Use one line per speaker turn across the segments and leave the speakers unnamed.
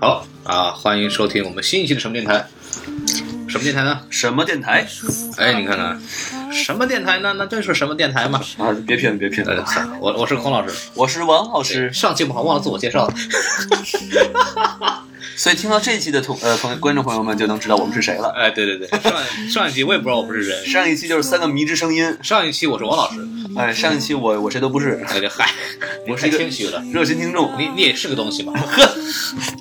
好啊，欢迎收听我们新一期的什么电台？什么电台呢？
什么电台？
哎，你看看，什么电台呢？那就是什么电台嘛。
啊，别骗别骗
呃， 我我是孔老师，
我是王老师。
上期我好像忘了自我介绍了。
所以听到这一期的同呃朋观众朋友们就能知道我们是谁了。
哎，对对对，上上一集我也不知道我们是谁，
上一期就是三个迷之声音，
上一期我是王老师，
哎，上一期我我谁都不是，
哎，这嗨，我太谦虚了。
热心听众，
你你也是个东西嘛，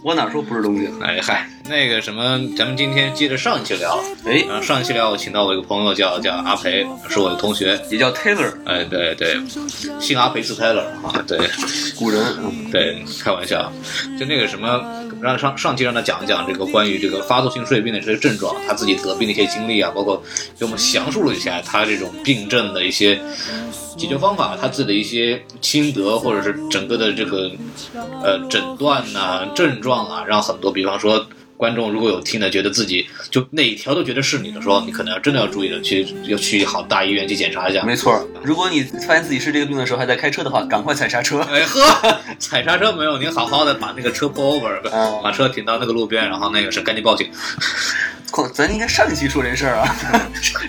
我哪说不是东西？
哎嗨，那个什么，咱们今天接着上一期聊，
哎，
啊，上一期聊我请到我一个朋友叫叫阿培，是我的同学，
也叫 Taylor，
哎，对对，姓阿培斯泰勒啊，对
古人。嗯
对，开玩笑，就那个什么，让上上期让他讲一讲这个关于这个发作性睡病的这些症状，他自己得病的一些经历啊，包括给我们详述了一下他这种病症的一些解决方法，他自己的一些心得，
嗯
或者是整个的这个呃诊断呐、症状啊，让很多比方说。观众如果有听的，觉得自己就哪一条都觉得是你的，说你可能要真的要注意了，去要去好大医院去检查一下。
没错，嗯如果你发现自己是这个病的时候还在开车的话，赶快踩刹车。
哎呵， 踩刹车没有？您好好的把那个车 pull over，、
哦
把车停到那个路边，然后那个是赶紧报警。
靠咱应该上一期说这事儿 啊，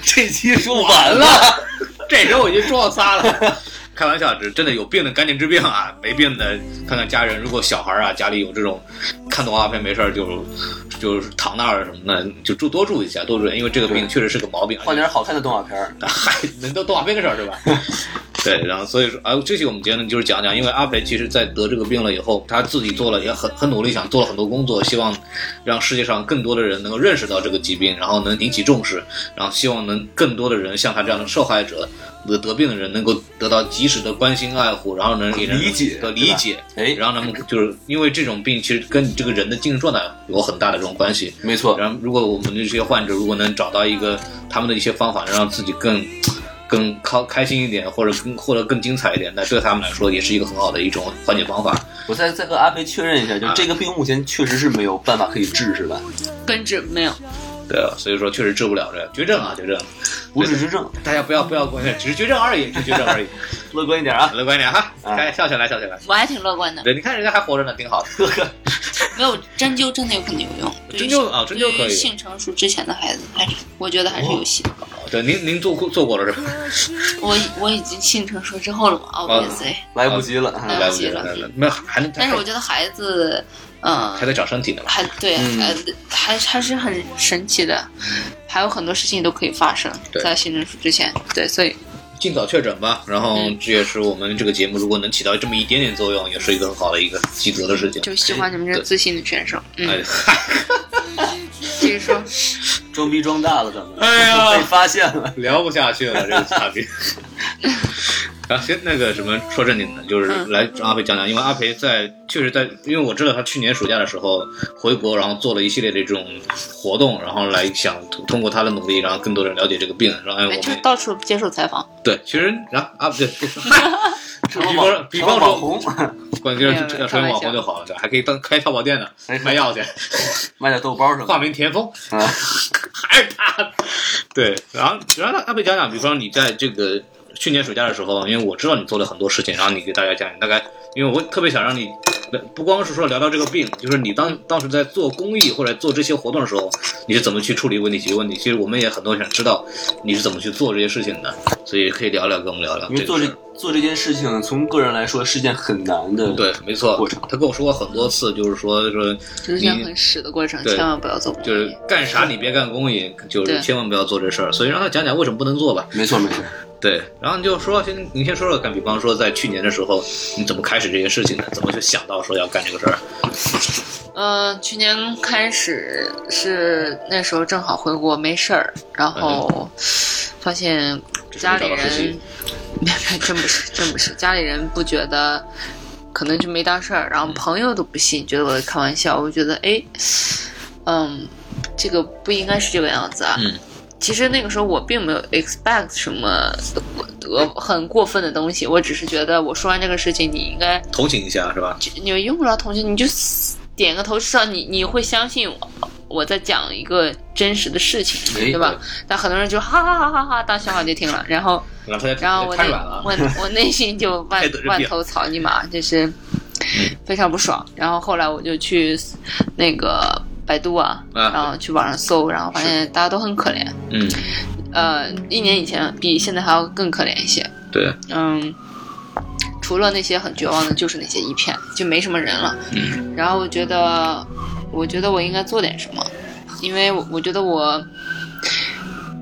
这期说完了。
了， 这时候我已经撞仨了。开玩笑，只真的有病的赶紧治病啊，没病的看看家人。如果小孩啊家里有这种看动画片没事儿就就是躺那儿什么的，就住多住一下，多住一下，因为这个病确实是个毛病。
换点好看的动画片儿。
嗨， 那都动画片的事儿是吧？对，然后所以说，哎，这期我们节目就是讲讲，因为阿培其实在得这个病了以后，他自己做了也很很努力，想做了很多工作，希望让世界上更多的人能够认识到这个疾病，然后能引起重视，然后希望能更多的人像他这样的受害者得得病的人能够得到及时的关心爱护，然后能给人
理解
的理解，
哎，
然后他们就是因为这种病其实跟你这个人的精神状态有很大的这种关系，
没错，
然后，如果我们这些患者如果能找到一个他们的一些方法，能让自己更更开开心一点，或者更或者更精彩一点，那对他们来说也是一个很好的一种缓解方法。
我再再和阿飞确认一下，就这个病目前确实是没有办法可以治，是吧？
根治没有，
对啊，所以说确实治不了这绝症啊，绝症，
无治之症，
大家不要不要关心，只是绝症而已，只是绝症而已，
乐观一点啊。
乐观点哈，
啊
开笑起来，笑起来。
我还挺乐观的。
对，你看人家还活着呢，挺好的。
没有针灸真的有可能有用，
针灸啊针灸可以哦
对于性成熟之前的孩子还是，我觉得还是有戏的。
对，您您做过做过了是吧？
我我已经性成熟之后了嘛，obviously，、
哦
来不及了。啊
来
来
不
不
及
及
了
了，
没有，还能
但是我觉得孩子，嗯
还，在长身体呢嘛。
还对，
嗯
还还还是很神奇的，还有很多事情都可以发生
对
在性成熟之前。对，所以
尽早确诊吧，然后
嗯
这也是我们这个节目如果能起到这么一点点作用，也是一个很好的一个积德的事情。
就喜欢你们这
对
自信的选手。
哎
嗯，，继续说，
嗯装逼装大了，咱们。
哎呀
被发现了。
聊不下去了，这个嘉 宾。啊，行，那个什么，说正经的，就是
嗯
来让阿培讲讲，因为阿培在确实在，因为我知道他去年暑假的时候回国，然后做了一系列的这种活动，然后来想通通过他的努力，然后更多人了解这个病，然后 哎我
哎就
们
到处接受采访。
对，其实啊啊不 对，嗨
是
比方说
网
比方
网
说，
红
关键
没有
是
没有
成为
开玩
网红
笑
就好了，对还可以当开淘宝店的
哎
卖药去，
卖点豆包什么
化名田丰。
的。啊，
还是他。对，然后然后他他会讲讲，比方你在这个去年暑假的时候，因为我知道你做了很多事情，然后你给大家讲，大概因为我特别想让你呃不光是说聊聊这个病，就是你当当时在做公益或者做这些活动的时候，你是怎么去处理问题、解决问题。其实我们也很多想知道你是怎么去做这些事情的，所以可以聊聊，跟我们聊聊
因为
这
做
个事
这
儿。
做这件事情，从个人来说是件很难的。
对，没错
过程，
他跟我说过很多次，就是说说
就是一件很屎的过程，
对
千万不要走。
就是干啥你别干公益，就是
对
千万不要做这事儿。所以让他讲讲为什么不能做吧。
没错没错。
对，然后你就说，先您先说说看，比方说在去年的时候，你怎么开始这些事情的？怎么就想到说要干这个事儿？
呃，去年开始是那时候正好回国没事儿，然后发现家里
嗯这是你
人，真不是真不是，家里人不觉得，可能就没当事儿，然
嗯
后朋友都不信，觉得我在开玩笑，我就觉得哎，嗯，这个不应该是这个样子啊。
嗯
其实那个时候我并没有 expect 什么呃很过分的东西，我只是觉得我说完这个事情，你应该
同情一下是吧？
就你用不着同情，你就死点个头，至少你你会相信我，我在讲一个真实的事情，
哎
对吧？但很多人就哈哈哈哈哈当笑话就听了，然 后
然后他
然后我
太
内
软了，
我我内心就 万
太得人
万
病
头草泥马，就是
嗯
非常不爽。然后后来我就去那个百度啊，
啊
然后去网上搜，然后发现大家都很可怜，
嗯，
呃，一年以前比现在还要更可怜一些，
对，
嗯，除了那些很绝望的，就是那些一片，就没什么人了。
嗯
然后我觉得，我觉得我应该做点什么，因为我我觉得我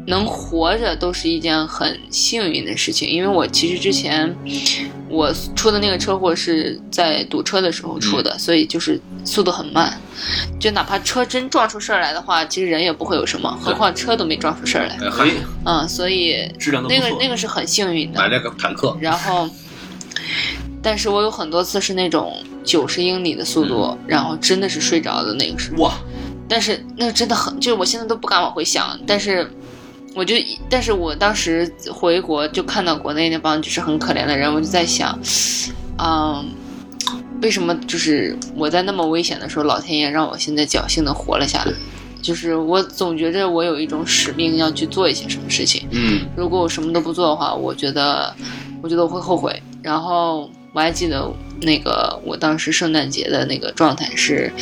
能活着都是一件很幸运的事情。因为我其实之前我出的那个车祸是在堵车的时候出的，所以就是速度很慢。就哪怕车真撞出事儿来的话，其实人也不会有什么，何况车都没撞出事儿来。
呃还
哎，
嗯，所以
质量都不
那
错。
个那个是很幸运的。
买了个坦克，
然后，但是我有很多次是那种九十英里的速度，然后真的是睡着的那个时候。
哇，
但是那个真的很，就是我现在都不敢往回想。但是，我就，但是我当时回国就看到国内那帮就是很可怜的人，我就在想，嗯。为什么就是我在那么危险的时候，老天爷让我现在侥幸的活了下来
对？
就是我总觉着我有一种使命要去做一些什么事情，
嗯，
如果我什么都不做的话，我觉得，我觉得我会后悔。然后我还记得那个我当时圣诞节的那个状态是，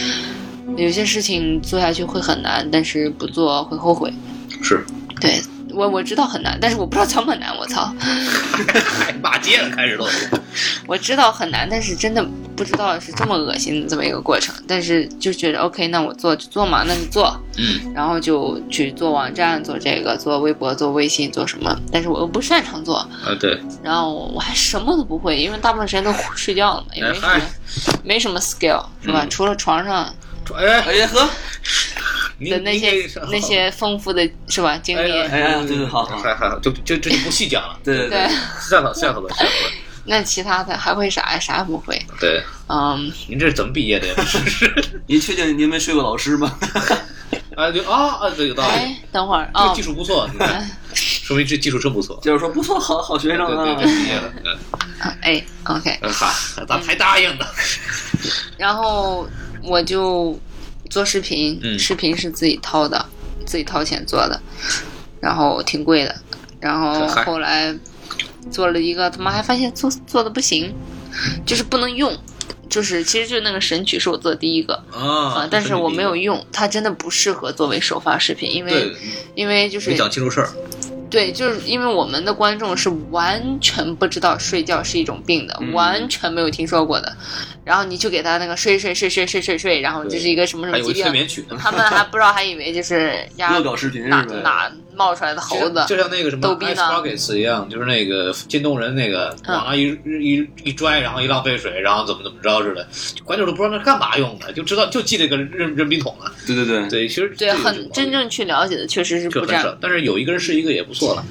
有些事情做下去会很难，但是不做会后悔。
嗯是，
对我我知道很难，但是我不知道怎么难。我操，
还哎骂街了，开始都，
我知道很难，但是真的不知道是这么恶心的这么一个过程。但是就觉得 OK，那我做就做嘛，那就做。
嗯
然后就去做网站，做这个，做微博，做微信，做什么？但是我又不擅长做。
啊对，
然后我还什么都不会，因为大部分时间都睡觉了嘛，也没什
哎
么没什么 skill 是吧？
嗯
除了床上
哎，
哎呵，
你
的那些 那，些丰富的是吧经历，
哎
哎呀，对对，好好，
还还就就这就不细讲了，
对对
对，，
下头下头吧，下头吧，
那其他的还会啥呀？啥也不会。
对，
嗯，
您这是怎么毕业的呀？
您确定您没睡过老师吗？
啊就啊啊，对，有道理，
哎，等会儿
这
哦
个技，术不错，说明这技术真不错。
教授说不错，好好学生
对对
啊
对，。毕业了，
哎，OK，
嗯，还咋还答应呢？
然后我就做视频，
嗯
视频是自己掏的，自己掏钱做的，然后挺贵的，然后
嗨
后来做了一个，他妈还发现做做的不行，就是不能用，就是其实就是那个神曲是我做的第一个
啊
啊，但是我没有用，它真的不适合作为首发视频，因为
对，
因为就是
没讲清楚事儿，
对，就是因为我们的观众是完全不知道睡觉是一种病的，
嗯
完全没有听说过的。然后你就给他那个睡睡睡睡睡睡睡，然后这是一个什么什
还
么
有
疾
个催
病，
眠曲呢。
他们还不知道，还以为就是呀
恶搞视频
哪
是吧？
哪冒出来的猴子。
就像那个什么
逗逼
Ice
呢
Buckets 一样，就是那个渐冻人那个
嗯
往那一一一拽，然后一浪费水，然后怎么怎么着似的，就观众都不知道那干嘛用的，就知道就记这个扔扔冰桶了。
对对对，
对，其实
对，
这个
很真正去了解的确实是
就
不
很
占
少，但是有一个人是一个也不错了。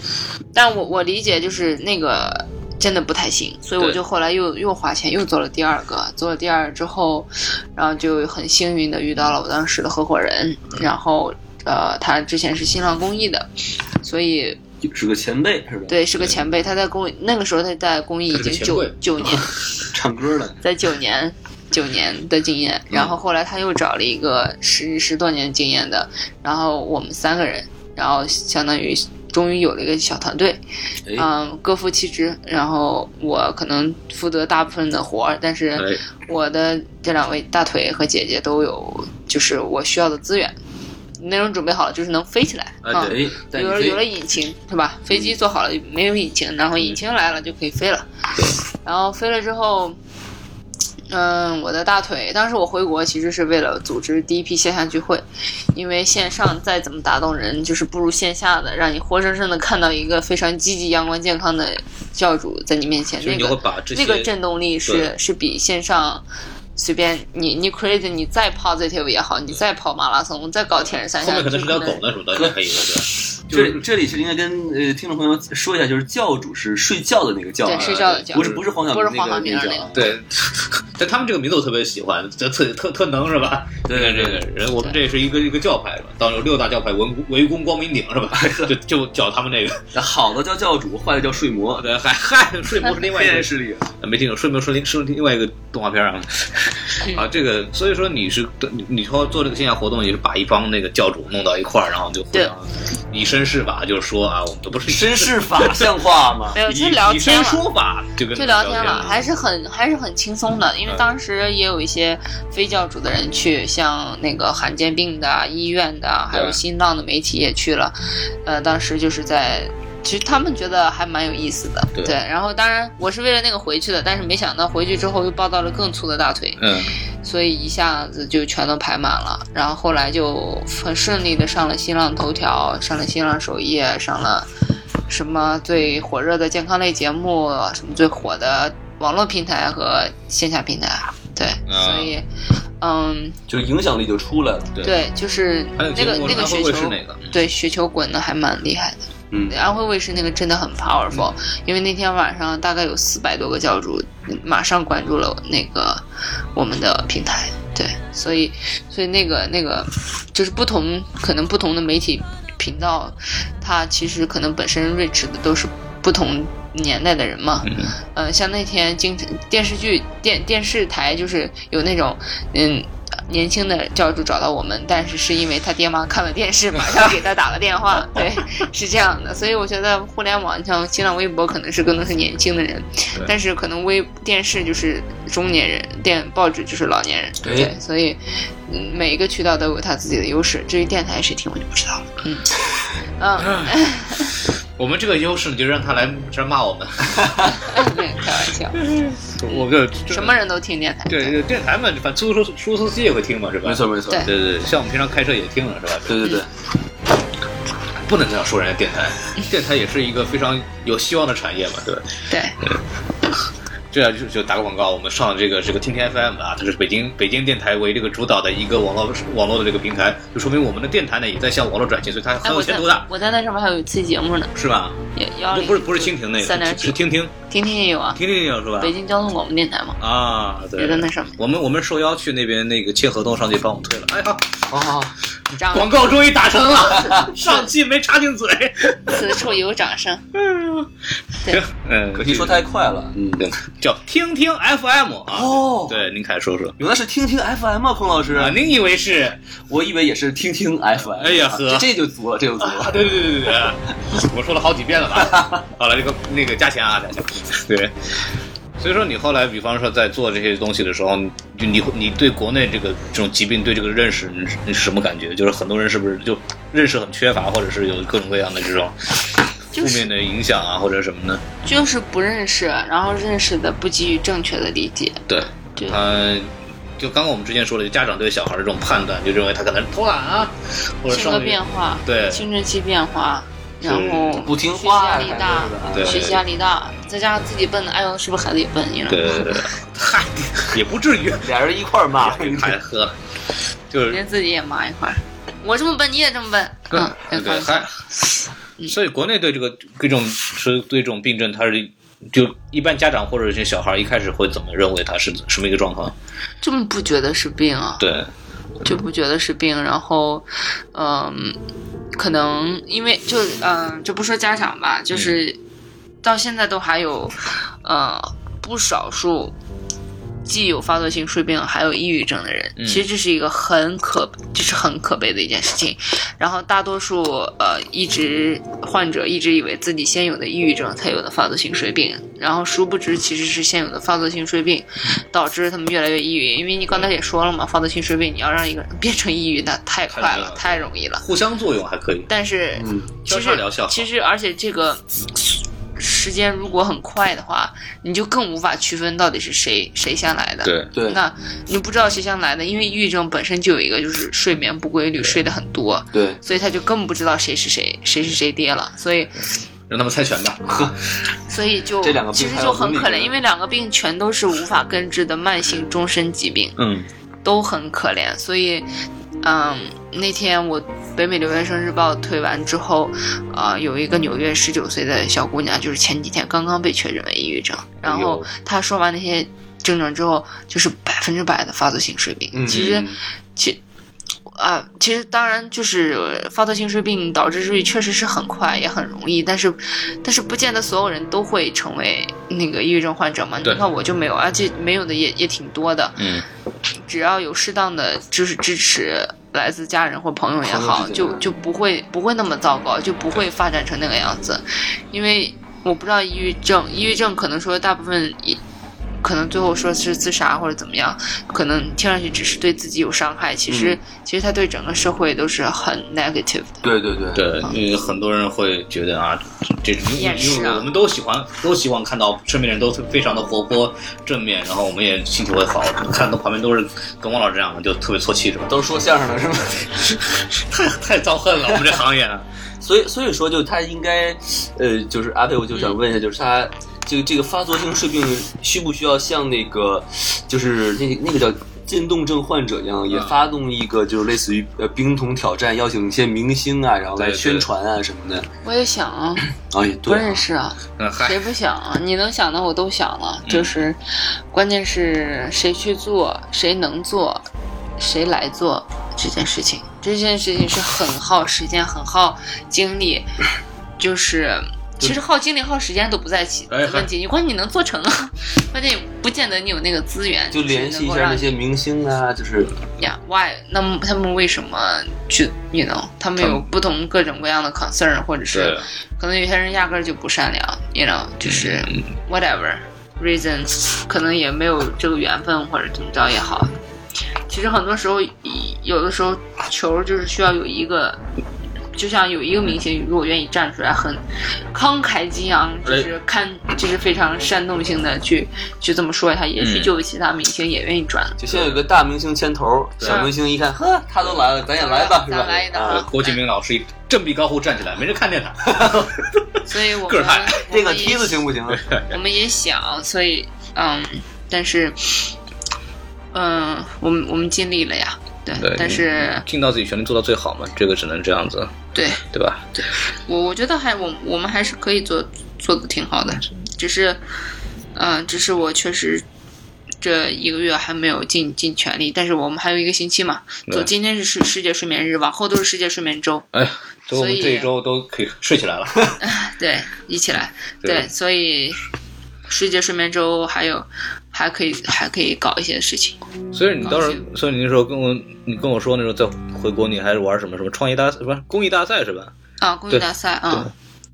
但我我理解就是那个真的不太行，所以我
对
就后来又又花钱又做了第二个，做了第二之后，然后就很幸运的遇到了我当时的合伙人，然后呃，他之前是新浪公益的，所以
是个前辈是吧？，
对是个前辈，他在公益那个时候他在公益已经
他是个前
九
辈
九年，
唱歌的，
在九年。九年的经
嗯
验，然后后来他又找了一个十十多年经验的，然后我们三个人，然后相当于终于有了一个小团队，嗯、
哎
各负其职。然后我可能负责大部分的活儿，但是
哎
我的这两位大腿和姐姐都有就是我需要的资源，内容准备好了，就是能飞起来
啊
啊。
对嗯
哎，带
有了
你
有了
飞，
引擎是吧？飞机做好了没有引擎，然后引擎来了就可以飞了。然后飞了之后，嗯，我的大腿，当时我回国其实是为了组织第一批线下聚会，因为线上再怎么打动人，就是不如线下的，让你活生生的看到一个非常积极、阳光、健康的教主在你面前，
就是
那
你会
个
把这些
那个震动力是是比线上。随便你，你 crazy，你再跑 positive 也好，你再跑马拉松，再搞铁人三
后
项，
面可能
就是
条狗呢什么的，你可以的，
这
对吧，
里这里是应该跟呃听众朋友们说一下，就是教主是睡觉的那个教啊，
对睡觉的教
不是不是黄晓
不是
明那
黄晓
个
明
那
那
个
个
教啊，
对， 但他们这个名字我特别喜欢，这特特特能是吧？
对
这个人，我们这是一个一个教派吧，当时有六大教派围围攻光明顶 是吧？就就叫他们这个，
那好的叫教主，坏的叫睡魔，
对，还 还睡魔是另外
黑
一
暗
个呃
势力。
没听懂，顺便说另是另外一个动画片 啊，啊，这个所以说你是你你说做这个线下活动，也是把一帮那个教主弄到一块儿，然后就互
对
相以身试法，就是说啊，我们都不是
绅士法像话吗？
没有，
以
就聊
以
天啊
身
了。
说法，就跟
就聊
天
天了，还是很还是很轻松的，因为
嗯
当时也有一些非教主的人去，像那个罕见病的啊医院的，还有
对
新浪的媒体也去了，呃，当时就是在。其实他们觉得还蛮有意思的，
对
然后当然我是为了那个回去的，但是没想到回去之后又抱到了更粗的大腿，
嗯，
所以一下子就全都排满了。然后后来就很顺利的上了新浪头条，上了新浪首页，上了什么最火热的健康类节目，什么最火的网络平台和线下平台。对，
啊
所以，嗯，
就是影响力就出来了。
对
对，就是
还有
那个
节目
那个
还会
雪
会是
球，
哪个？
对雪球滚的还蛮厉害的。
嗯，
安徽卫视那个真的很 powerful，、因为那天晚上大概有四百多个教主马上关注了那个我们的平台，对，所以所以那个那个就是不同可能不同的媒体频道，它其实可能本身 reach 的都是不同年代的人嘛，
嗯
呃，像那天经常电视剧电电视台就是有那种嗯。年轻的教主找到我们，但是是因为他爹妈看了电视，马上给他打了电话，对， 是这样的。所以我觉得互联网像新浪微博可能是更多是年轻的人
对，
但是可能微电视就是中年人，电报纸就是老年人，
对
对，所以嗯每一个渠道都有它自己的优势。至于电台谁听我就不知道了，嗯嗯，
我们这个优势，你就让他来这儿骂我们，
对，开玩 笑，
我们就
什么？人都听电台，
对对，电台嘛，反正出租出租司机也会听嘛，是吧？
没错没错，
对
对对，对像我们平常开车也听了，是吧？
对对对，
不能这样说人家电台，电台也是一个非常有希望的产业嘛，对吧？
对，
这样就就打个广告，我们上这个这个听天 FM 啊，它是北京北京电台为这个主导的一个网络网络的这个平台，就说明我们的电台呢也在向网络转型，所以它
哎，
很有
我
前
在
途的，
我在那上面还有一期节目呢，
是吧？
也幺
不
零
不是不是蜻蜓那
三点
个，
九
是，听听
听听也有啊，
听听有是吧？
北京交通广播电台 嘛，
啊，
也
对
在，那上面。
我们我们受邀去那边那个签合同，上去帮我们推了。哎呀，
好好好，
掌
广告终于打成了，上期没插进嘴。
此处有掌声。对
行，嗯，
可惜说太快了。嗯，对，
叫听听 FM 啊。
哦
对，您凯说说
原来是听听 FM 啊，孔老师，
啊，您以为是？
我以为也是听听 FM。
哎呀呵
这这就足了，这就足了。
对对对对对，啊我说了好几遍了吧？好了，这个那个加钱啊，加钱。对，所以说你后来，比方说在做这些东西的时候，你就你会你对国内这个这种疾病对这个认识，你是你是什么感觉？就是很多人是不是就认识很缺乏，或者是有各种各样的这种负
就是
面的影响啊，或者什么呢？
就是不认识，然后认识的不给予正确的理解，
对，
对
嗯，就刚刚我们之前说了，就家长对小孩的这种判断，就认为他可能是偷懒啊，或者
性格
上
变化，
对
青春期变化，然后
不听话
学习压
还
力
是的
大，
对
学习压力大，再加上自己笨，哎呦，是不是孩子也笨？你知道
对
吗
对对，对嗨，也不至于，嗯
俩人一块儿 骂，
还喝，就是
连自己也麻一块儿。我这么笨，你也这么笨，嗯，
对
开
对
玩笑
还，所以国内对这个各种是对这种病症，它是就一般家长或者是小孩一开始会怎么认为他是什么一个状况？
真不觉得是病啊？
对，
就不觉得是病，然后，嗯，可能因为就嗯、就不说家长吧，就是到现在都还有，呃，不少数既有发作性睡病，还有抑郁症的人，
嗯
其实这是一个很可，这是很可悲的一件事情。然后大多数呃，一直患者一直以为自己先有的抑郁症才有的发作性睡病，然后殊不知其实是现有的发作性睡病导致他们越来越抑郁。因为你刚才也说了嘛，发作性睡病你要让一个人变成抑郁，那太快了，太容易了。
互相作用还可以。
但是、
嗯
其
交叉
实
疗效好
其实而且这个时间如果很快的话，你就更无法区分到底是谁谁先来的。
对，
对
那你不知道谁先来的，因为抑郁症本身就有一个就是睡眠不规律，睡得很多，
对，
所以他就更不知道谁是谁谁是谁爹了，所以
让他们猜拳吧。
所以就
这两个病
其实
还有
就很
伦理
可怜，
病
因为两个病全都是无法根治的慢性终身疾病。
嗯，
都很可怜，所以，嗯，那天我北美留学生日报推完之后，呃，有一个纽约十九岁的小姑娘，就是前几天刚刚被确诊为抑郁症，然
哎
后她说完那些症状之后，就是百分之百的发作性睡病。
嗯
其实，其啊，其实当然就是发作性睡病导致治愈确实是很快也很容易，但是但是不见得所有人都会成为那个抑郁症患者嘛。你
对
看我就没有，而且没有的也也挺多的。
嗯，
只要有适当的就是支持，来自家人或朋友也好，
朋友之间
就就不会不会那么糟糕，就不会发展成那个样子。因为我不知道抑郁症，抑郁症可能说大部分也可能最后说是自杀或者怎么样，可能听上去只是对自己有伤害，其实、
嗯
其实它对整个社会都是很 negative 的。
对对对，
对，因为很多人会觉得啊，这种因
厌
为
世
因为
啊
我们都喜欢，都希望看到身边人都非常的活泼正面，然后我们也心情会好。看到旁边都是跟汪老师这样的，就特别挫气 是吧？
都是说相声 的是吗？
太太遭恨了，我们这行业啊。
所以所以说，就他应该，呃，就是阿飞，我就想
嗯
问一下，就是他这个这个发作性睡病需不需要像那个，就是那那个叫。渐冻症患者一样，也发动一个就是类似于呃冰桶挑战，邀请一些明星啊，然后来
对对
宣传啊什么的。
我也想啊，
啊，也
不
对啊，
认识啊，
嗯，嗨
谁，不想啊？你能想的我都想了，
嗯
就是，关键是谁去做，谁能做，谁来做这件事情。这件事情是很耗时间，很耗 精力，就是其实耗精力、耗时间都不在其
哎
问题，你关键你能做成啊， 关键不见得你有那个资源，
就是联系
能
一
够
下
让
那些明星啊，就是
呀、why？那么他们为什么去？You know，他们
他们
有不同各种各样的 concern，或者是
对
可能有些人压根儿就不善良，You know，就是
嗯
whatever reasons，可能也没有这个缘分或者怎么着也好。其实很多时候，有的时候球就是需要有一个，就像有一个明星，如果愿意站出来，很慷慨激昂，
哎
就是看，就是非常煽动性的去去这么说一下，也许
嗯
就有其他明星也愿意转。
就先有个大明星牵头，
对
小明星一看，呵，他都来了，咱也来吧，是吧？
咱来一档
啊，
郭敬明老师一振臂高呼站起来，没人看见他。
所以我
个儿
们
大
我们
这个
也
梯子行不行？
我们也想，所以嗯，但是嗯、我们我们尽力了呀，对，
对
但是
尽嗯到自己全力做到最好嘛，这个只能这样子，
对
对吧？
我我觉得还我我们还是可以做做的挺好的，只是嗯、只是我确实。这一个月还没有尽尽全力，但是我们还有一个星期嘛，
对
就今天是世世界睡眠日，往后都是世界睡眠周，
哎呀，所以我
所
们
以
这一周都可以睡起来了。
对，一起来，
对
对，所以世界睡眠周还有还可以还可以搞一些事情，
所以你到时
高
候，所以你那时候跟我，你跟我说那时候在回国，你还是玩什么什么创业大不是公益大赛是吧？
啊，公益
对
大赛啊，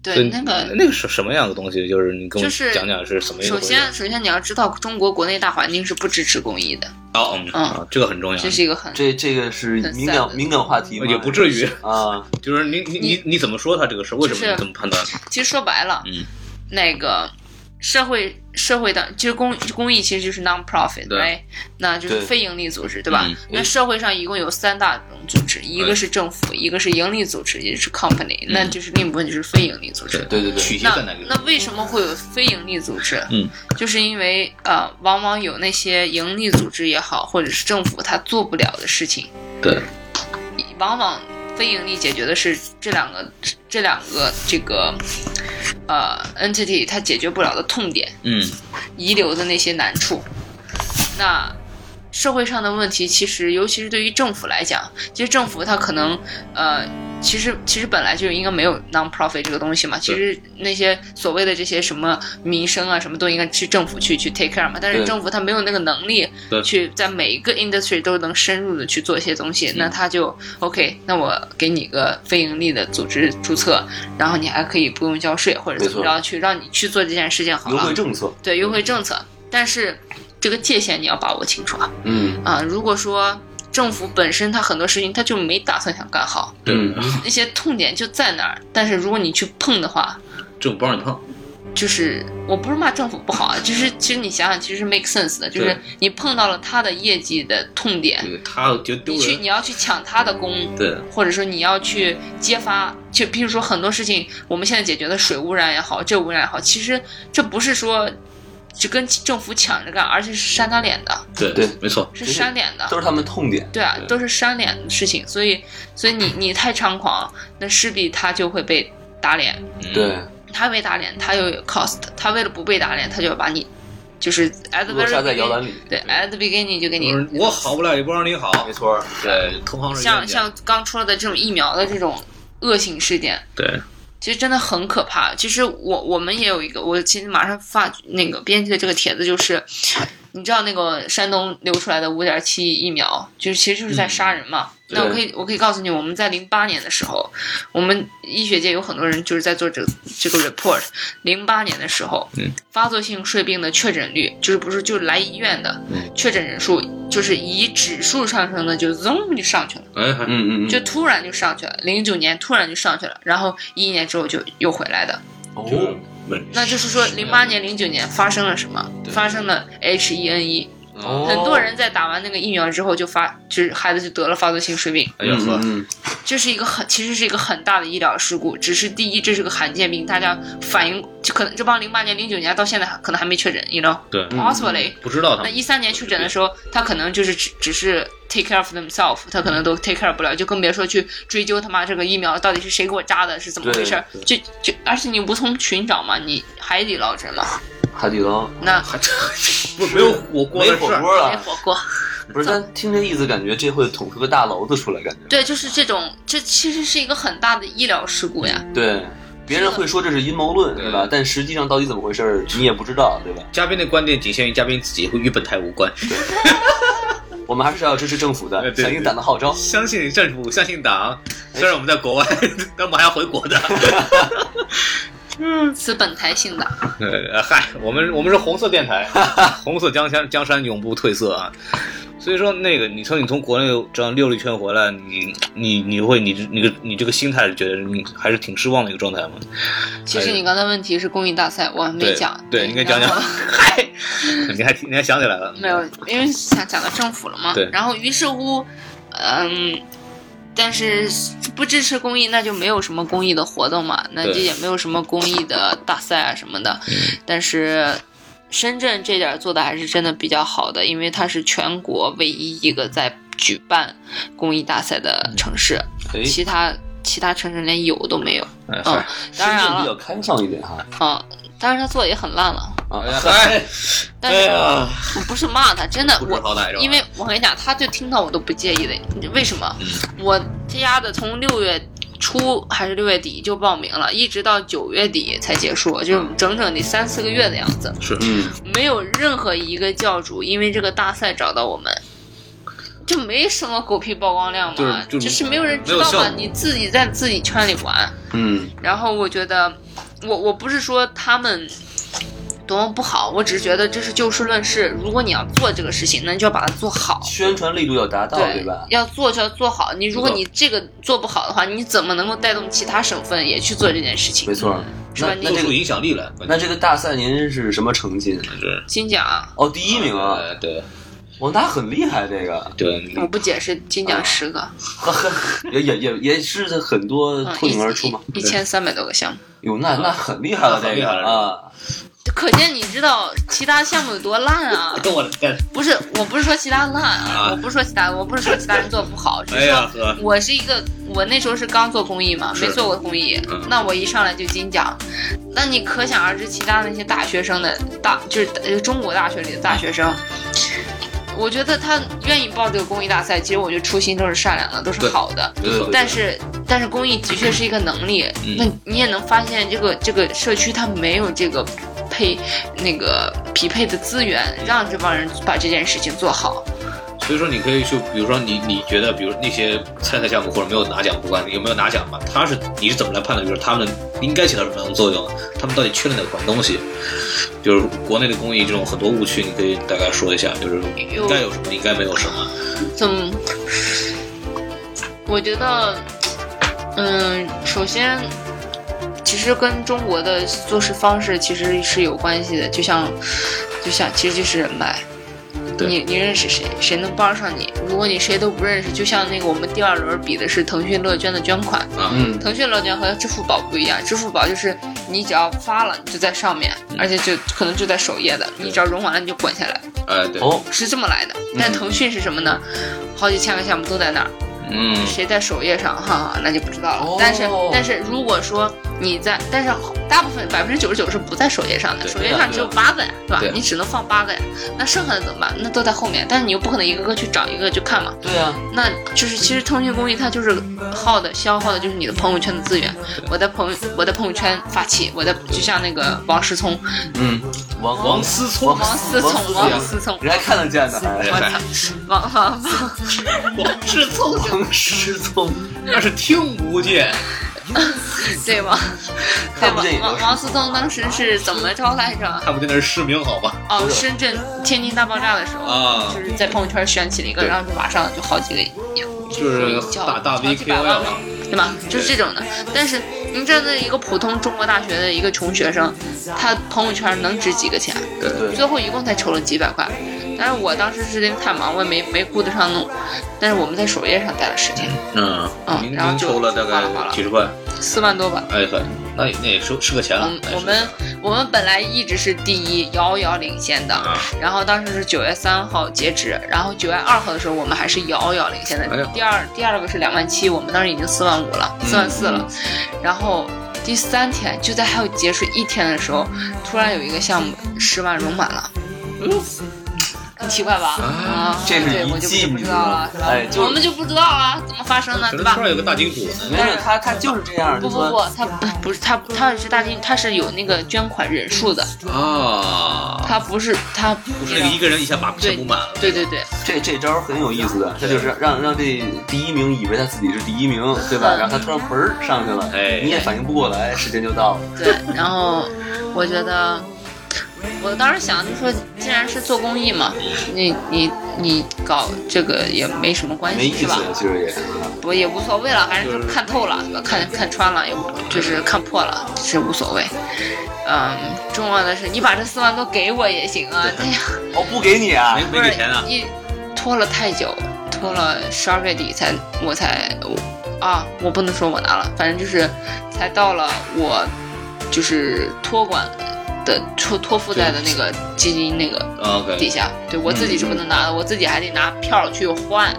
对
所以
那个。
那个是什么样的东西？就是你跟我
就是
讲讲是什么一个
首
回事。
先，首先你要知道，中国国内大环境是不支持公益的，
哦，嗯啊，这个很重要
这，是一个很
这这个是敏
很散
感
的
敏感话题吗？
也不至于，
啊，
就是你你你你怎么说他这个事？为什
就
么
是
你这么判断？
其实说白了，
嗯
那个社会社会的，其实公公益其实就是 non profit，
对
哎，那就是
对
非盈利组织，对吧
嗯？
那社会上一共有三大种组织，一个是政府，一个是盈利组织，也就是
嗯
company，那就是另一部分就是非盈利组织。
对对对，
取决
那
在哪里？
那为什么会有非盈利组织？
嗯，
就是因为呃，往往有那些盈利组织也好，或者是政府他做不了的事情，
对，
往往非盈利解决的是这两个这两个这个呃 entity 它解决不了的痛点，
嗯，
遗留的那些难处。那社会上的问题，其实尤其是对于政府来讲，其实政府它可能呃其实其实本来就应该没有 non-profit 这个东西嘛。其实那些所谓的这些什么民生啊，什么都应该去政府去去 take care 嘛。但是
对
政府它没有那个能力
对
去在每一个 industry 都能深入的去做一些东西，那他就 OK，那我给你个非盈利的组织注册，然后你还可以不用交税或者怎么
没错
着去让你去做这件事情好
优
了
惠。政策，
对优惠政策，但是这个界限你要把握清楚啊。
嗯，
啊，如果说政府本身它很多事情它就没打算想干好，
对，
嗯
那些痛点就在那儿，但是如果你去碰的话，
这种不让你碰，
就是我不是骂政府不好啊，就是其实你想想，其实是 make sense 的，就是
对
你碰到了他的业绩的痛点，
对，他就丢
你去
人。嗯
你要去抢他的功，
对，
或者说你要去揭发，就比如说很多事情，我们现在解决的水污染也好，这污染也好，其实这不是说只跟政府抢着干，而且是扇他脸的，
对，
对
没错，
是
就是
扇脸的，
都是他们痛点，
对啊，
对
都是扇脸的事情，所以所以你你太猖狂，那势必他就会被打脸，
嗯
对，
他被打脸，他又有 cost，他为了不被打脸，他就要把你就是 at the
扼
very
杀在摇
beginning，
篮里，
对 at the beginning 就给你
我我好不了，也不让你好。
没错儿，
对，同行是
像
怨念。
像刚出来的这种疫苗的这种恶性事件，
对，
其实真的很可怕。其实我我们也有一个，我其实马上发那个编辑的这个帖子，就是你知道那个山东流出来的五点七亿疫苗，就是其实就是在杀人嘛。
嗯对
那我可以我可以告诉你，我们在零八年的时候，我们医学界有很多人就是在做这个这个 report。零八年的时候，
嗯
发作性睡病的确诊率，就是不是就是来医院的、
嗯
确诊人数，就是以指数上升的，就 zoom 就上去了。
哎，还
嗯嗯嗯，
就突然就上去了，零九年突然就上去了，然后一一年之后就又回来的。
就是
哦，
稳
那就是说，零八年、零九年发生了什么？
对
发生了 H1N1，
哦，
E 很多人在打完那个疫苗之后就发，就是孩子就得了发作性水病，
哎呀呵，
嗯，
这是一个很，其实是一个很大的医疗事故。只是第一，这是个罕见病，大家反应就可能这帮零八年、零九年啊到现在还可能还没确诊，you know
对，
嗯
possibly。
不知道他
那
们
一三年确诊的时候，他可能就是只只是 take care of themselves，他可能都 take care 不了，就更别说去追究他妈这个疫苗到底是谁给我扎的，是怎么回事儿。就就，而且你无从寻找嘛，你海底捞 针嘛，
海底捞
那
不没有火锅
没
的
火
事儿，
锅
没
了，
火锅。
不是，咱听这意思，感觉这会捅出个大娄子出来，感觉，
对，就是这种，这其实是一个很大的医疗事故呀。
对，别人会说这是阴谋论，
对
对吧？但实际上到底怎么回事儿，你也不知道，对吧？
嘉宾的观点仅限于嘉宾自己，和与本台无关。
我们还是要支持政府
哎
的，
对
响应党的号召。
相信政府，相信党。虽然我们在国外， 但我们还要回国 的。
此本台性的，
呃，嗨，我们我们是红色电 台，红色江山江山永不褪色啊。所以说，那个你从你从国内这样溜了一圈回来，你你你会你你个你这个心态，觉得你还是挺失望的一个状态吗？
其实你刚才问题是公益大赛，我还没
哎对
讲。
对你可以讲讲
然后嗨，
你还你还想起来了？
没有，因为想讲到政府了嘛。
对
然后于是乎，嗯，但是不支持公益，那就没有什么公益的活动嘛，那就
对
也没有什么公益的大赛啊什么的。
嗯
但是深圳这点儿做的还是真的比较好的，因为它是全国唯一一个在举办公益大赛的城市，
哎，
其他其他城市连有都没有。
哎
嗯
嗨，
当
深
然
圳比
了，
较开放一点哈，
嗯，当然他做的也很烂了，
啊，
嗨，
但
哎
是
呀，
我不是骂他，真的
不知
我
好歹是吧？
因为我跟你讲，他就听到我都不介意的，你知为什么？
嗯
我这丫的从六月初还是六月底就报名了，一直到九月底才结束，就
嗯
整整得三四个月的样子，
是
嗯，
没有任何一个教主因为这个大赛找到我们。就没什么狗屁曝光量
就
嘛
是，就是
是没有人知道
没有效
嘛
果，
你自己在自己圈里玩。
嗯，
然后我觉得，我我不是说他们多么不好，我只是觉得这是就事论事。如果你要做这个事情，那你就要把它做好。
宣传力度要达到，对吧？
要做就要做好。你如果你这个做不好的话，你怎么能够带动其他省份也去做这件事情
没？错儿。
是吧
那
你
那
做
这
出
个
影响力来，
那这个大赛您是什么成绩？
是
金奖，
哦，第一名啊！
呃对
王达很厉害，这个
对，你
我不解释，金奖十个，
也也也也是很多
嗯，
脱颖啊而出嘛。
一千三百多个项目，
哟，那那很厉害了，
很
这
厉
个
害了
啊，
可见你知道其他项目有多烂啊！
跟我干
不是，我不是说其他烂
啊
啊，我不是说其他，我不是说其他人做不好，只
哎
是
呀
说
呵，
我是一个，我那时候是刚做公益嘛，
是
没做过公益
嗯，
那我一上来就金奖，那你可想而知，其他那些大学生的大，就是呃中国大学里的大学生，我觉得他愿意报这个公益大赛，其实我觉得初心都是善良的，都是
对
好的。
没错，
但是但是公益的确是一个能力，
嗯
那你也能发现这个这个社区它没有这个配那个匹配的资源，让这帮人把这件事情做好。
所以说你可以去，比如说你你觉得，比如那些参赛项目或者没有拿奖，不管有没有拿奖吧，他是你是怎么来判断，就是他们应该起到什么样的作用，他们到底缺了哪款东西？就是国内的公益这种很多误区，你可以大概说一下，就是应该有什么，应该没有什么。
怎么？我觉得，嗯，首先，其实跟中国的做事方式其实是有关系的，就像，就像，其实就是人脉。
对
你你认识谁，谁能帮上你？如果你谁都不认识，就像那个我们第二轮比的是腾讯乐捐的捐款，
啊，
嗯，
腾讯乐捐和支付宝不一样，支付宝就是你只要发了你就在上面，而且就可能就在首页的，你只要融完了你就滚下来，
哎，对，
哦，
是这么来的。但腾讯是什么呢？好几千个项目都在那儿，
嗯，
谁在首页上，哈哈，那就不知道了。
哦
但是但是如果说你在，但是大部分百分之九十九是不在首页上的，
对
首页上只有八个呀，是吧
对？
你只能放八个呀，那剩下的怎么办？那都在后面，但是你又不可能一个个去找一个去看嘛。
对啊，
那就是其实腾讯公益它就是耗的消耗的就是你的朋友圈的资源。我在朋友我在朋友圈发起，我在就像那个王思聪，
嗯，王王
思
聪
王思聪，
王
王思聪，
人还看得见呢，
哎
还
嗨
王王王
王世聪，
王思聪，
那是听不见，
对吗？对
看不
吗
见也？
王
就是
王思聪当时是怎么着来着？
看不见那是失明，好吧？
哦，
不是
深圳天津大爆炸的时候，
啊
就是在朋友圈选起了一个，
对
然后就马上就好几个
就是打大 V
好几
K
百
O
万
L 了，
对吧？就是这种的。但是您站在一个普通中国大学的一个穷学生，他朋友圈能值几个钱？
对
对
最后一共才筹了几百块。但是我当时是因为太忙，我也没没顾得上弄。但是我们在首页上待了十天，
嗯，
嗯
您
然后
您
就
抽了大
花了花
概
了
几十块，
四万多吧。
哎嗨，那也那也是是个钱了
嗯，
那，也啊
我
是个钱
们我们本来一直是第一，遥遥领先的。
啊，
然后当时是九月三号截止，然后九月二号的时候我们还是遥遥领先
哎
的
呀。
第二第二个是两万七，我们当时已经四万五了，四万四了。然后第三天就在还有结束一天的时候，突然有一个项目十万融满了。很奇怪吧？啊，
这是
对
一
我就
季
不知道了，是吧
哎就
我们就不知道了，怎么发生的，
可
对
能
吧
突？然有个大金主呢，
没有他他就是这样，
不
就
不不
说，
他不不是他，他是大金，他是有那个捐款人数的，
啊，
嗯他不是他
不
不
是那个一个人一下把钱补满了，
对对对，
这这招很有意思的，他就是让让这第一名以为他自己是第一名，对吧？
嗯
然后他突然嘣儿上去了，
哎
你也反应不过来，时间就到了。
对，然后我觉得，我当时想就说，既然是做公益嘛，你你你搞这个也没什么关
没
系，
意
是
思
吧？，
其实也，啊
我也无所谓了，反正就是看透了，看看穿了，也无就是看破了，是无所谓。嗯，重要的是你把这四万多给我也行啊，这样
哦，不给你啊
没，没给钱啊，
你拖了太久，拖了十二月底才我才我啊，我不能说我拿了，反正就是才到了我就是托管的托托付在的那个基金那个
啊
底
，OK，
下，对我自己是不能拿的，我自己还得拿票去换，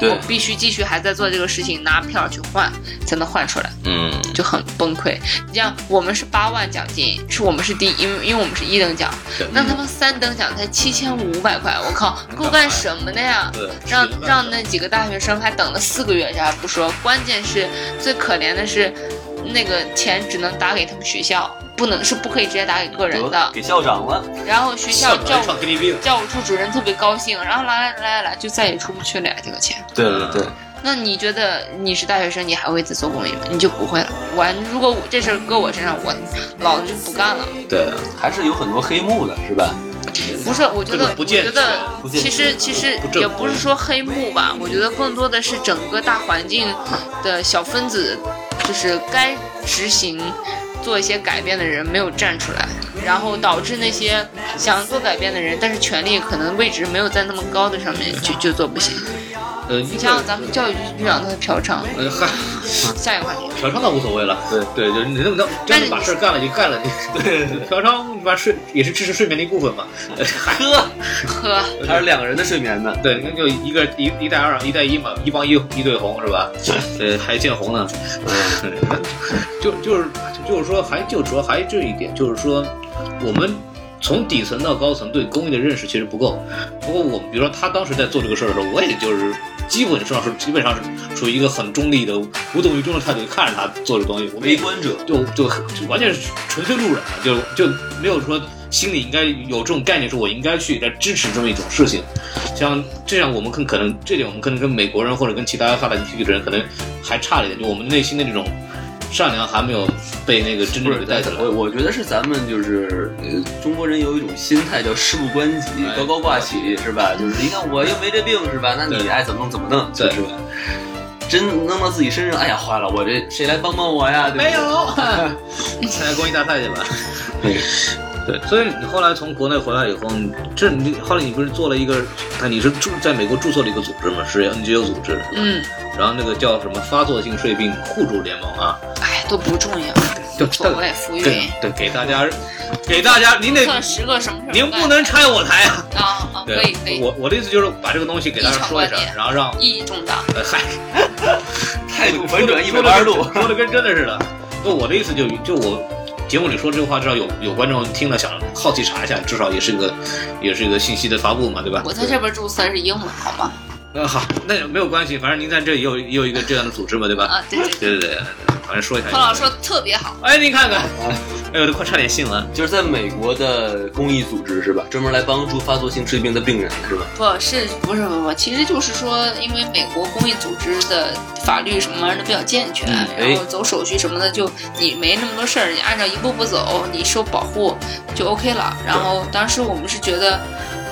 对
我必须继续还在做这个事情，拿票去换才能换出来。
嗯，
就很崩溃。你像我们是八万奖金，是我们是第一，因为因为我们是一等奖
对，
那他们三等奖才七千五百块，我靠，够干什么的呀？
对，
让让
那
那几个大学生还等了四个月，这还不说，关键是最可怜的是，那个钱只能打给他们学校，不能是不可以直接打给个人
得
的。
给校长了，
然后学
校
校教
长
务
唱 KTV 了，
教务处主任特别高兴，然后来来来来就再也出不去了呀，这个钱。
对
对对，
嗯
那你觉得你是大学生，你还会再做公益吗？你就不会了。我如果我这事儿搁我身上，我老子就不干了。
对，啊
还是有很多黑幕的，是吧？
不是，我觉
这
得
个，不
我
健
觉得
全
不健
其实
全
其实
不正
也不是说黑幕吧，我觉得更多的是整个大环境的小分子，就是该执行。做一些改变的人没有站出来，然后导致那些想做改变的人，但是权力可能位置没有在那么高的上面，就就做不行。
呃，
你
你
想想咱们教育局局长他的嫖娼，
呃嗨，
下一个话题。
嫖娼倒无所谓了，
对
对，就是你能不能真的把事儿干了就干了，你对，嫖娼你把睡也是支持睡眠的一部分嘛，
呵，
呵，
还是两个人的睡眠呢。
对，那就一个一一带二，一带一嘛，一帮一一对红是吧？呃，还见红呢，嗯， 就就是就就是说，还就主要还这一点，就是说我们从底层到高层对公益的认识其实不够。不过我比如说他当时在做这个事儿的时候，我也就是基本上是基本上是处于一个很中立的、无动于衷的态度看着他做这东西，我们
围
也
观者，
就就就完全是纯粹路人了，就就没有说心里应该有这种概念，说我应该去来支持这么一种事情。像这样，我们更可能这点，我们可能跟美国人或者跟其他发达地区的人可能还差了一点，就我们内心的这种善良还没有被那个真
不
正
是
的带起来。
我我觉得是咱们就是呃中国人有一种心态叫事不关己，
哎
高高挂起是吧？就是你看我又没这病是吧？那你
对
爱怎么弄怎么弄，
对
就是吧？真弄到自己身上，哎呀，坏了，我这谁来帮帮我呀？对不对
没有，参加公益大赛去吧。 对，所以你后来从国内回来以后，你这你后来你不是做了一个，看你是住在美国注册了一个组织嘛，是 NGO 组织，
嗯，
然后那个叫什么发作性睡病互助联盟啊，
哎，都不重要，
就
所谓浮云。
对对，给大家，给大家，您得
测十个什么事儿干？
您不能拆我台啊！
啊啊！可以可以，
我我的意思就是把这个东西给大家说一下
异常观，点
然后让
意义重大。
呃嗨，
态度反转一百八十度。
说的跟真的似的。不，我的意思就就我节目里说这个话，至少有有观众听了想好奇查一下，至少也是个也是一个信息的发布嘛，对吧？
我在这边注册是英文，好吗？
那好，那也没有关系，反正您在这也有也有一个这样的组织嘛，对吧？
啊，对对对，
对对对，反正说一下。
何老师说的特别好。
哎，您看看，
啊
哎呦，都快差点信了。
就是在美国的公益组织是吧？专门来帮助发作性睡病的病人是吧？
不是不是不不，其实就是说，因为美国公益组织的法律什么玩意儿都比较健全，
嗯
哎
然后走手续什么的，就你没那么多事儿，你按照一步步走，你受保护就 OK 了。然后当时我们是觉得。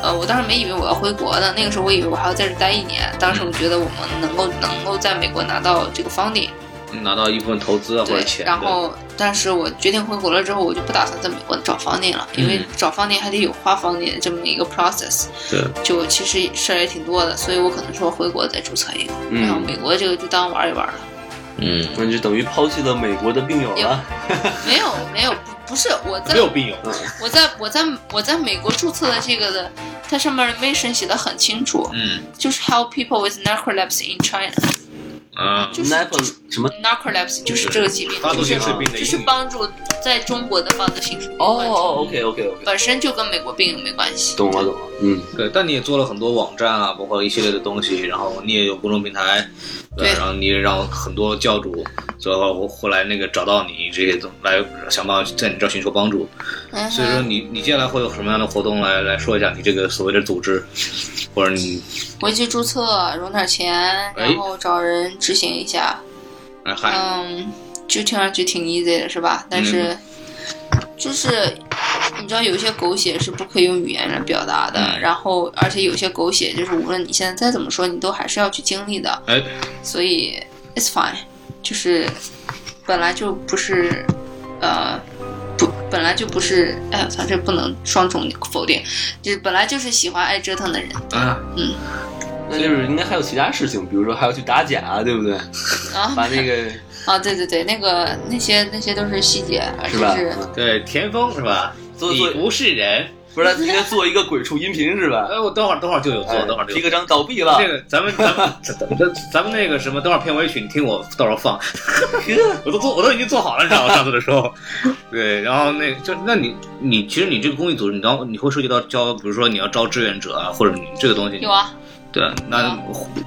呃，我当时没以为我要回国的，那个时候我以为我还要在这待一年。当时我觉得我们能够能够在美国拿到这个 funding，
嗯拿到一部分投资啊或者
对，
钱，
然后，但是我决定回国了之后，我就不打算在美国找房地了，因为
嗯
找房地还得有花房地这么一个 process，
对
就其实事儿也挺多的，所以我可能说回国再注册一个，然后
嗯，
美国这个就当玩一玩了。
嗯，
那就等于抛弃了美国的病友了。
没有，没有，不不是我在
没有病友。
我在我在我在美国注册的这个的，它上面的 mission 写的很清楚，
嗯
就是 help people with narcolepsy in China，
啊，
就是
n a p 什么？
narcolepsy 就是这个疾病，
发作性
就是
睡病的
就
阴
是
影
帮助在中国的帮助性
哦哦，OK OK OK，
本身就跟美国病友没关系。
懂了懂了，嗯。
对，但你也做了很多网站啊，包括一系列的东西，然后你也有公众平台，
对
然后你也让很多教主，最后后来那个找到你这些都来想办法在你这儿寻求帮助。
嗯哼
所以说你你接下来会有什么样的活动来来说一下你这个所谓的组织，或者你
回去注册，融点钱，
哎
然后找人执行一下。
哎嗨，
嗯，就听上去挺 easy 的，是吧？但是，
嗯
就是你知道，有些狗血是不可以用语言来表达的。
嗯
然后，而且有些狗血就是，无论你现在再怎么说，你都还是要去经历的。
哎，
所以，it's fine，就是本来就不是，呃。不，本来就不是，哎呀，咱这不能双重否定，就是本来就是喜欢爱折腾的人，
啊，
那就是应该还有其他事情，比如说还要去打假，对不对？
啊，
把那 个
啊，对对对，那个那些那些都是细节，而且
是吧？
是
嗯
对，田丰是吧？
做
你
做
不是人。
不是应该做一个鬼畜音频是吧？
哎，我等会儿等会儿就有 做，等会儿就有
皮。革章倒闭了
这，个咱们咱们咱咱咱们那个什么，等会儿片尾曲你听我到时候放， 我都做我都已经做好了，你知道吗？上次的时候，对，然后那就那你你其实你这个公益组织，你当你会涉及到招，比如说你要招志愿者啊，或者你这个东西，
有啊，
对，那
啊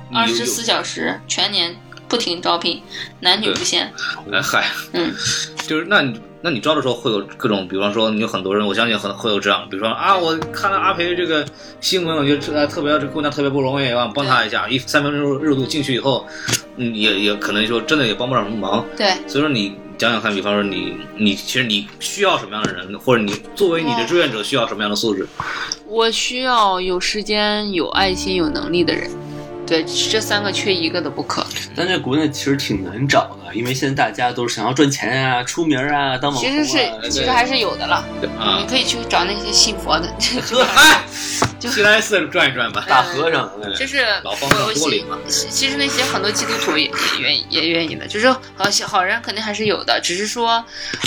你
二十四小时全年不停招聘，男女不限。
哎嗨，
嗯，
就是那你那你招的时候会有各种，比方说你有很多人，我相信很会有这样，比如说啊，我看到阿培这个新闻，我觉得这哎特别这姑娘特别不容易，我啊想帮她一下，一三分钟热度进去以后，嗯，也也可能说真的也帮不上什么忙，
对，
所以说你讲讲看，比方说你你其实你需要什么样的人，或者你作为你的志愿者需要什么样的素质？
我需要有时间、有爱心、有能力的人。对，这三个缺一个都不可。
但在国内其实挺难找的，因为现在大家都是想要赚钱啊、出名啊、当网
其
红
实
啊。
是，
对
其实还是有的了。
对啊
你，可以去找那些信佛的，
呵，嗨，西来寺转一转吧，
大和尚，哎
就是
老方
我
丈多
我其
灵啊，
其实那些很多基督徒也也愿意也愿意的，就是好好人肯定还是有的，只是说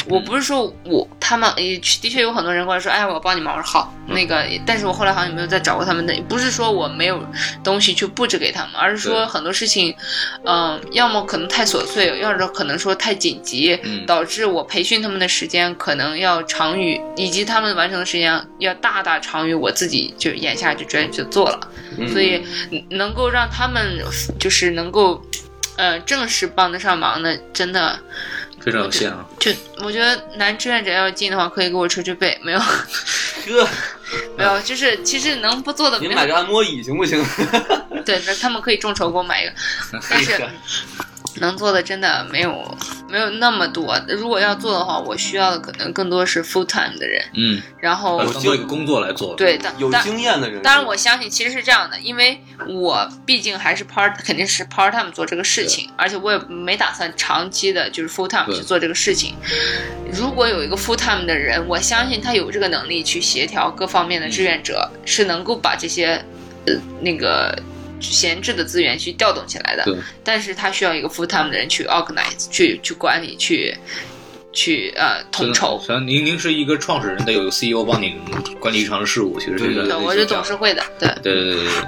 我不是说我他们也的确有很多人过来说，哎，我帮你忙，我说好，
嗯
那个，但是我后来好像也没有再找过他们的，不是说我没有东西去布置给他们，而是说
对
很多事情，嗯、要么可能太琐碎，要或者可能说太紧急，
嗯
导致我培训他们的时间可能要长于，以及他们完成的时间要大大长于我自己就眼下就专就做了，
嗯
所以能够让他们就是能够，呃，正式帮得上忙的，真的
非常有限啊。
就我觉得男志愿者要进的话，可以给我捶捶背，没有
嗯哥，
没有，就是其实能不做的
你
没
买
有，
个按摩椅行不行？
对，那他们可以众筹给我买一个，但是。
啊
能做的真的没有没有那么多。如果要做的话，我需要的可能更多是 full time 的人，
嗯，
然后
把它当做一个工作来做。，
对，但
呃有
但
经验的人，
当然我相信其实是这样的，因为我毕竟还是 part 肯定是 part time 做这个事情，而且我也没打算长期的就是 full time
对
去做这个事情。如果有一个 full time 的人，我相信他有这个能力去协调各方面的志愿者，是能够把这些呃那个。闲置的资源去调动起来的，
对
但是他需要一个 full time 的人去 organize、去去管理、去去呃统筹。
反正您您是一个创始人，得有 CEO 帮你管理日常的事务，其实这
对
个
对，我是董事会的，对。
对对对对对。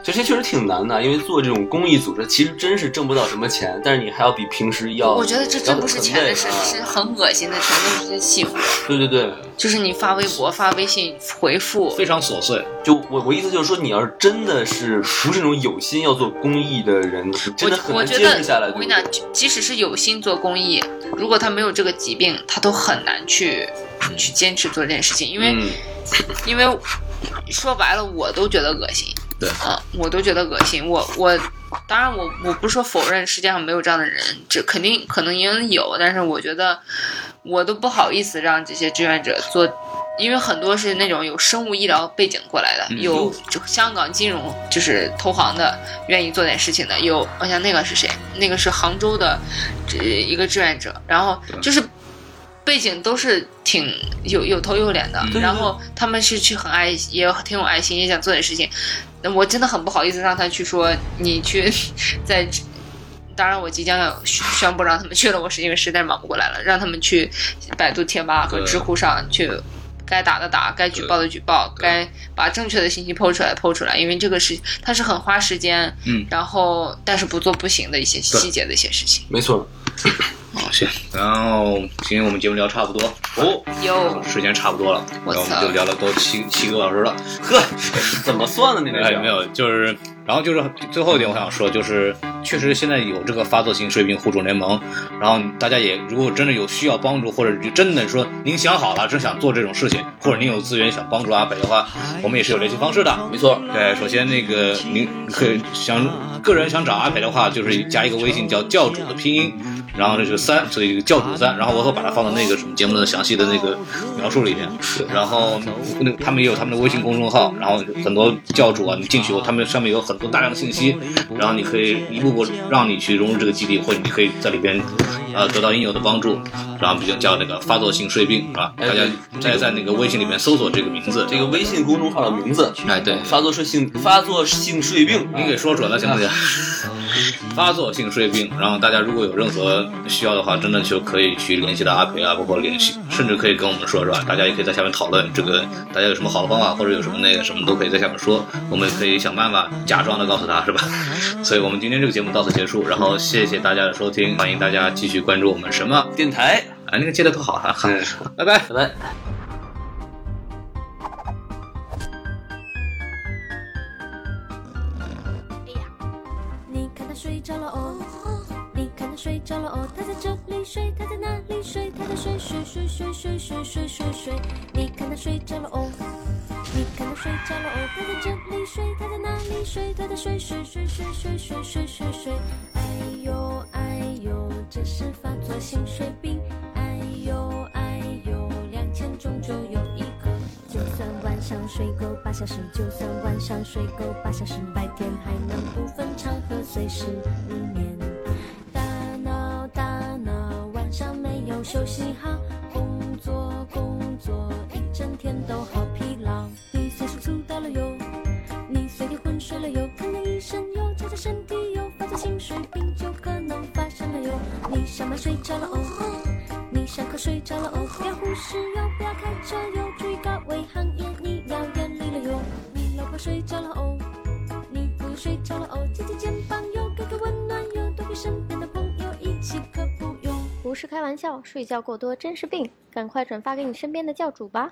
这些确实挺难的，因为做这种公益组织，其实真是挣不到什么钱，但是你还要比平时要，
我觉得这真不是钱的事，
要哦很累啊
是很恶心的，全都是些细活。
对对对，
就是你发微博、发微信回复，
非常琐碎，
就我我意思就是说，你要是真的是不是那种有心要做公益的人，是真的
我
很
我
难
觉
坚持下来。
得，我跟
对
你
不对
讲，即即使是有心做公益，如果他没有这个疾病，他都很难去去坚持做这件事情，因为、
嗯
因为说白了，我都觉得恶心。
对
啊，我都觉得恶心。我我当然我我不是说否认世界上没有这样的人，这肯定可能也有，但是我觉得我都不好意思让这些志愿者做。因为很多是那种有生物医疗背景过来的，
嗯
有就香港金融就是投行的，愿意做点事情的，有我想那个是谁？那个是杭州的这一个志愿者，然后
对
就是背景都是挺有有头有脸的，
嗯
对
然后他们是去很爱，也挺有爱心，也想做点事情。那我真的很不好意思让他去说你去 在，当然我即将要宣宣布让他们去了，我是因为实在忙不过来了，让他们去百度贴吧和
对
知乎上去。该打的打，该举报的举报，
对
该把正确的信息抛出来抛出来，因为这个是它是很花时间，
嗯
然后但是不做不行的一些细节的一些事情。
没错，
好，行，然后今天我们节目聊差不多哦，
有
时间差不多了，
我
然后我们
操
就聊了都七七个多小时了。
呵，怎么算的呢？这
哎，
是
没有，就是，然后就是最后一点，我想说，就是确实现在有这个发作性睡病互助联盟，然后大家也如果真的有需要帮助，或者真的说您想好了，真想做这种事情，或者您有资源想帮助阿北的话，我们也是有联系方式的。
没错，
对，首先那个您可以想个人想找阿北的话，就是加一个微信叫教主的拼音，然后这是三，所以教主三，然后我会把它放到那个什么节目的详细的那个描述里面。然后那他们也有他们的微信公众号，然后很多教主啊，你进去以后，他们上面有很多大量的信息，然后你可以一步步让你去融入这个基地，或者你可以在里边呃得到应有的帮助。然后比较叫那个发作性睡病啊，大家大家在那个微信里面搜索这个名字，
这个微信公众号的名字，
哎对
发作性发作性睡病，
你给说准了行不行？ 发作性睡病，然后大家如果有任何需要的话，真的就可以去联系到阿培啊，包括联系，甚至可以跟我们说，是吧？大家也可以在下面讨论这个，大家有什么好的方法，或者有什么那个什么都可以在下面说，我们可以想办法假装的告诉他，是吧？ 所以我们今天这个节目到此结束，然后谢谢大家的收听，欢迎大家继续关注我们什么？
电台，
哎，那个接的特好哈、哈
嗯，
拜拜。
拜拜。
你看他睡着了哦，你看他睡着了哦，他在这里睡，他在那里睡，他在睡睡睡睡睡睡睡睡睡，你看他睡着了哦，你看他睡着了哦，他在这里睡，他在那里睡，他在睡睡睡睡睡睡睡睡睡，哎呦哎呦，这是发作性睡病，哎呦哎呦，两千中就有一个。就算晚上睡够八小时，就算晚上睡够八小时，白天还能不分场合随时入眠。大脑大脑，晚上没有休息好，工作工作，一整天都好疲劳。你随时出到了哟，你随地昏睡了哟，看看医生哟，查查身体哟，发作性睡病就可能发生了哟。你上班睡着了哦。你上课睡着了哦，不要忽视哟，不要开车哟，注意高危行业你要远离了哟。你老婆睡着了哦，你朋友睡着了哦，借借肩膀哟，给个温暖哟，多跟身边的朋友一起可
是开玩笑，睡觉过多真是病，赶快转发给你身边的教主吧。